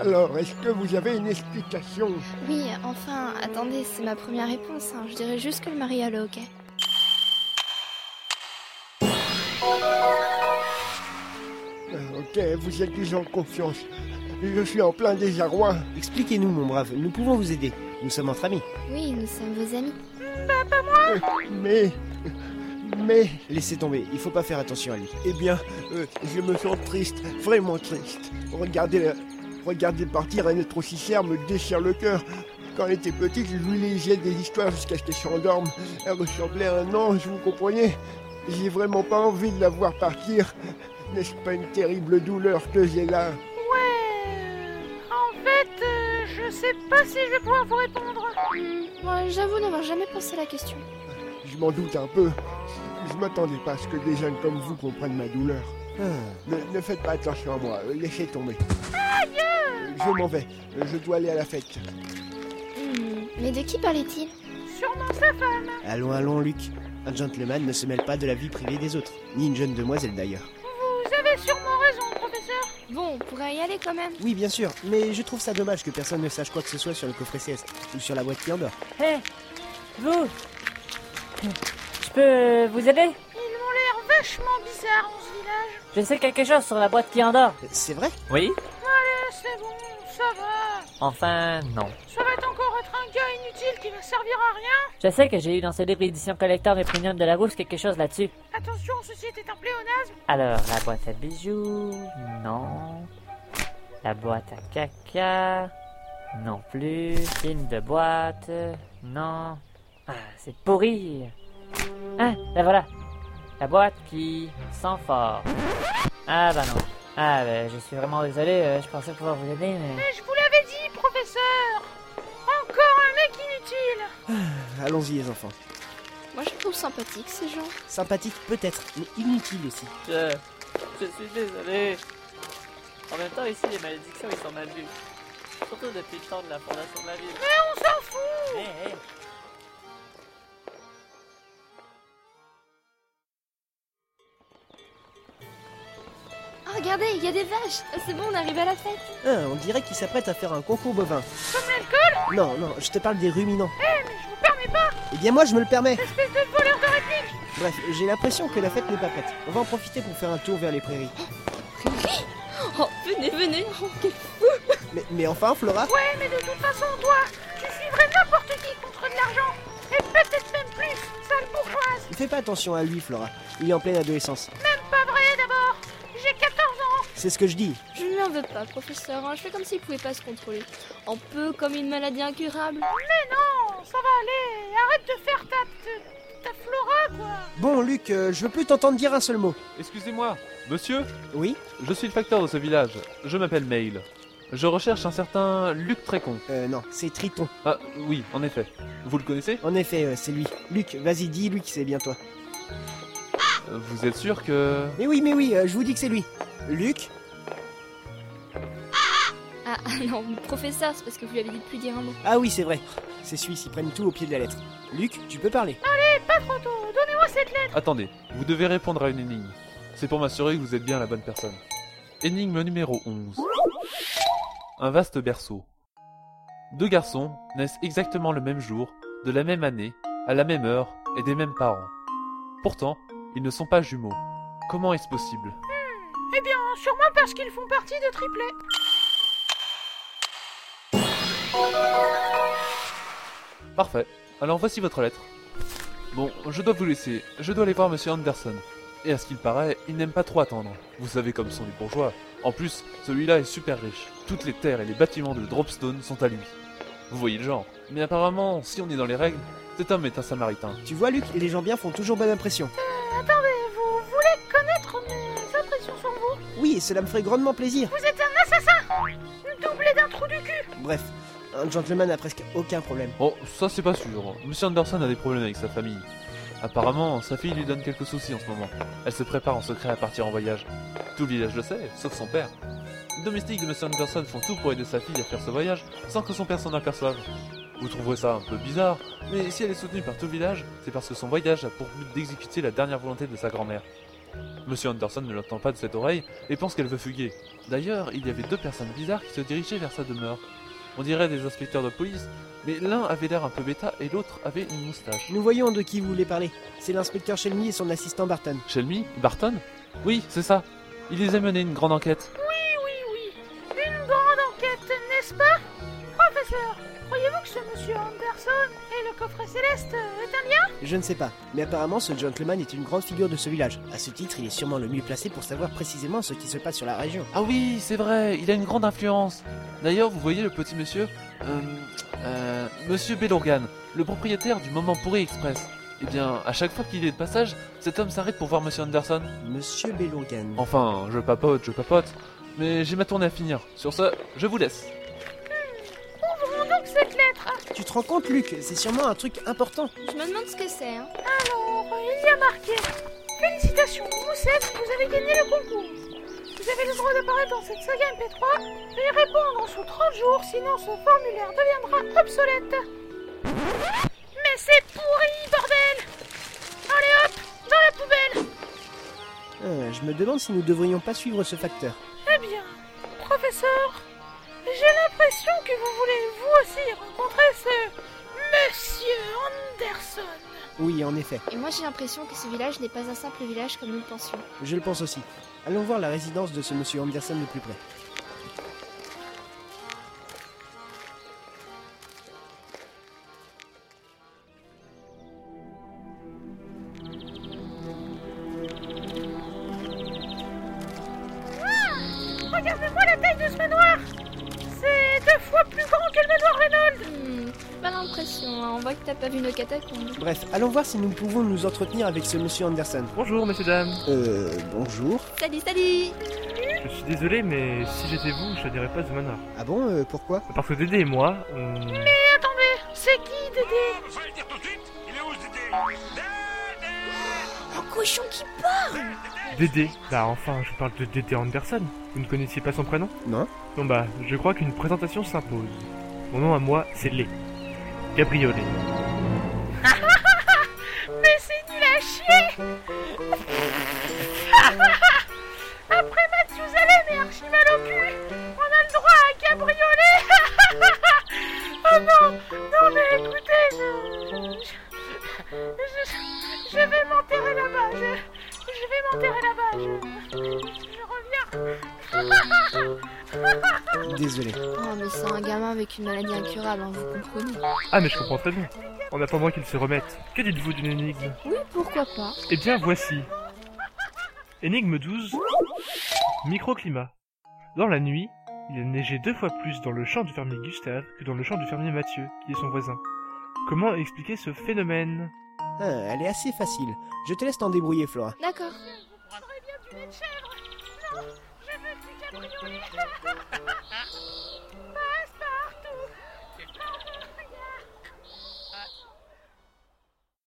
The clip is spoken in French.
Alors, est-ce que vous avez une explication Oui, enfin, attendez, c'est ma première réponse. hein. Je dirais juste que le mari a le hockey. Euh, Ok, vous êtes plus en confiance. Je suis en plein désarroi. Expliquez-nous, mon brave, nous pouvons vous aider. Nous sommes entre amis. Oui, nous sommes vos amis. Mais. Mais. Laissez tomber, il faut pas faire attention à lui. Eh bien, euh, je me sens triste, vraiment triste. Regardez, regardez partir un être aussi cher me déchire le cœur. Quand elle était petite, je lui lisais des histoires jusqu'à ce qu'elle s'endorme. Elle ressemblait à un ange, vous comprenez J'ai vraiment pas envie de la voir partir. N'est-ce pas une terrible douleur que j'ai là Ouais. En fait, euh, je sais pas si je vais pouvoir vous répondre. Hmm, moi, j'avoue n'avoir jamais pensé à la question. Je m'en doute un peu. Je m'attendais pas à ce que des jeunes comme vous comprennent ma douleur. Ah, Ne, ne faites pas attention à moi, euh, laissez tomber. Euh, Je m'en vais, Euh, je dois aller à la fête. Hmm, mais de qui parlait-il Sûrement sa femme. allons, allons, Luc. Un gentleman ne se mêle pas de la vie privée des autres, ni une jeune demoiselle d'ailleurs. Vous avez sûrement raison, professeur. Bon, on pourrait y aller quand même. Oui, bien sûr, mais je trouve ça dommage que personne ne sache quoi que ce soit sur le coffret CS ou sur la boîte qui en dort. Hé Vous Je peux vous aider Ils m'ont l'air vachement bizarres dans ce village. Je sais quelque chose sur la boîte qui endort. Euh, C'est vrai Oui Eh, c'est bon, ça va. Enfin, non. Ça va être encore être un gars inutile qui va servir à rien. Je sais que j'ai eu dans ce livre édition collector et premium de la bourse quelque chose là-dessus. Attention, ceci était un pléonasme. Alors, la boîte à bijoux Non. La boîte à caca Non plus. Film de boîte Non. Ah, c'est pourri Ah, la voilà La boîte qui sent fort. Ah bah non. Ah bah, je suis vraiment désolé, euh, je pensais pouvoir vous aider, mais... Mais je vous l'avais dit, professeur. Encore un mec inutile. Allons-y, les enfants. Moi, je trouve sympathique ces gens. Sympathique peut-être, mais inutile aussi. Je, je suis désolé. En même temps, ici, les malédictions, ils sont mal vues. Surtout depuis le temps de la fondation de la ville. Eh, On s'en fout. Hé, hé. Oh, regardez, il y a des vaches. Oh, C'est bon, on arrive à la fête. Ah, on dirait qu'il s'apprête à faire un concours bovin. Comme l'alcool Non, non, je te parle des ruminants. Eh, mais je vous permets pas Eh bien, moi, je me le permets Espèce de voleur de réplique Bref, j'ai l'impression que la fête n'est pas prête. On va en profiter pour faire un tour vers les prairies. Oh, venez, venez. Oh, quel- Mais, mais enfin, Flora Ouais, mais de toute façon, toi, tu suivrais n'importe qui contre de l'argent. Et peut-être même plus, sale bourgeoise. Fais pas attention à lui, Flora. Il est en pleine adolescence. Pas vrai, d'abord. J'ai 14 ans. C'est ce que je dis. Je ne l'en veux pas, professeur. hein. Je fais comme s'il pouvait pas se contrôler. Un peu comme une maladie incurable. Non, ça va aller. Arrête de faire ta... ta, ta flora, quoi. Bon, Luc, euh, je veux plus t'entendre dire un seul mot. Excusez-moi, monsieur, Oui je suis le facteur de ce village. Je m'appelle Mail. Je recherche un certain Luc Trécon. Euh, non, c'est Triton. Ah, oui, en effet. Vous le connaissez En effet, euh, c'est lui. Luc, vas-y, dis Luc, c'est bien toi. Euh, Vous êtes sûr que. Mais oui, mais oui, euh, je vous dis que c'est lui. Luc Ah, ah, non, mais professeur, c'est parce que vous lui avez dit de plus dire un mot. Ah oui, c'est vrai. Ces Suisses, ils prennent tout au pied de la lettre. Luc, tu peux parler. Trop tôt. Donnez-moi cette lettre. Attendez, vous devez répondre à une énigme. C'est pour m'assurer que vous êtes bien la bonne personne. Énigme numéro 11. Un vaste berceau. Deux garçons naissent exactement le même jour, de la même année, à la même heure et des mêmes parents. Pourtant, ils ne sont pas jumeaux. Comment est-ce possible Eh bien, sûrement parce qu'ils font partie de triplets. Parfait. Alors voici votre lettre. Bon, je dois vous laisser. Je dois aller voir Monsieur Anderson. Et à ce qu'il paraît, il n'aime pas trop attendre. Vous savez comme sont les bourgeois. En plus, celui-là est super riche. Toutes les terres et les bâtiments de Dropstone sont à lui. Vous voyez le genre. Mais apparemment, si on est dans les règles, cet homme est un samaritain. Tu vois, Luc, les gens bien font toujours bonne impression. Attendez, vous voulez connaître mes impressions sur vous Oui, et cela me ferait grandement plaisir. Vous êtes un assassin Doublé d'un trou du cul Bref, un gentleman n'a presque aucun problème. Oh, ça c'est pas sûr. Monsieur Anderson a des problèmes avec sa famille. Apparemment, sa fille lui donne quelques soucis en ce moment. Elle se prépare en secret à partir en voyage. Tout le village le sait, sauf son père. Les domestiques de Monsieur Anderson font tout pour aider sa fille à faire ce voyage sans que son père s'en aperçoive. Vous trouverez ça un peu bizarre, mais si elle est soutenue par tout le village, c'est parce que son voyage a pour but d'exécuter la dernière volonté de sa grand-mère. Monsieur Anderson ne l'entend pas de cette oreille et pense qu'elle veut fuguer. D'ailleurs, il y avait deux personnes bizarres qui se dirigeaient vers sa demeure. On dirait des inspecteurs de police, mais l'un avait l'air un peu bêta et l'autre avait une moustache. Nous voyons de qui vous voulez parler. C'est l'inspecteur Shelmy et son assistant Barton. Shelby Barton Oui, c'est ça. Il les a menés une grande enquête. Oui, oui, une grande enquête, n'est-ce pas Professeur, croyez-vous que ce monsieur Anderson et le coffret céleste est un lien Je ne sais pas, mais apparemment ce gentleman est une grande figure de ce village. À ce titre, il est sûrement le mieux placé pour savoir précisément ce qui se passe sur la région. Ah oui, c'est vrai, il a une grande influence. D'ailleurs, vous voyez le petit monsieur euh, euh, Monsieur Bellorgan, le propriétaire du Moment Pourri Express. Eh bien, à chaque fois qu'il est de passage, cet homme s'arrête pour voir Monsieur Anderson. Monsieur Bellorgan. Enfin, je papote, je papote. Mais j'ai ma tournée à finir. Sur ce, je vous laisse. Ouvrons donc cette lettre. Tu te rends compte, Luc C'est sûrement un truc important. Je me demande ce que c'est. Hein. Alors, euh, il y a marqué Félicitations, vous sept, vous avez gagné le concours. Vous avez le droit d'apparaître dans cette saga MP3 et répondre sous 30 jours, sinon ce formulaire deviendra obsolète. Mais c'est pourri, bordel Allez hop, dans la poubelle Euh, je me demande si nous devrions pas suivre ce facteur. Eh bien, professeur, j'ai l'impression que vous voulez vous aussi rencontrer ce Monsieur Anderson. Oui, en effet, Et moi j'ai l'impression que ce village n'est pas un simple village comme nous le pensions. je le pense aussi. Allons voir la résidence de ce monsieur Anderson de plus près. Regardez-moi la taille de ce manoir C'est deux fois plus grand que le manoir Reynolds Hmm, pas l'impression, hein. on voit que t'as pas vu nos catacombes. Bref, allons voir si nous pouvons nous entretenir avec ce monsieur Anderson. Bonjour messieurs dames. Euh, bonjour. Salut, salut Je suis désolé mais si j'étais vous, je ne dirais pas ce manoir. Ah bon, euh, pourquoi Parce que Dédé et moi, on... C'est qui, Dédé Oh cochon qui Dédé Bah enfin, je parle de Dédé Anderson. Vous ne connaissiez pas son prénom Non. Bon bah, je crois qu'une présentation s'impose. Mon nom à moi, c'est Lé. Gabriolet. Mais c'est nul à chier Après Mathieu Zalem et Archibald au cul, on a le droit à cabriolet Oh non Non mais écoutez, je... Je, je- je vais m'enterrer là-bas, je... Je vais m'enterrer là-bas, je... Je reviens Désolé. Oh mais c'est un gamin avec une maladie incurable, hein, vous comprenez. Ah mais je comprends très bien. On attend moins qu'il se remette. Que dites-vous d'une énigme Oui, pourquoi pas. Eh bien, voici. Énigme 12. Microclimat. Dans la nuit, il a neigé deux fois plus dans le champ du fermier Gustave que dans le champ du fermier Mathieu, qui est son voisin. Comment expliquer ce phénomène Ah, elle est assez facile. Je te laisse t'en débrouiller, Flora. D'accord. Vous prendrez bien du lait de chèvre Non Je veux du cabriolet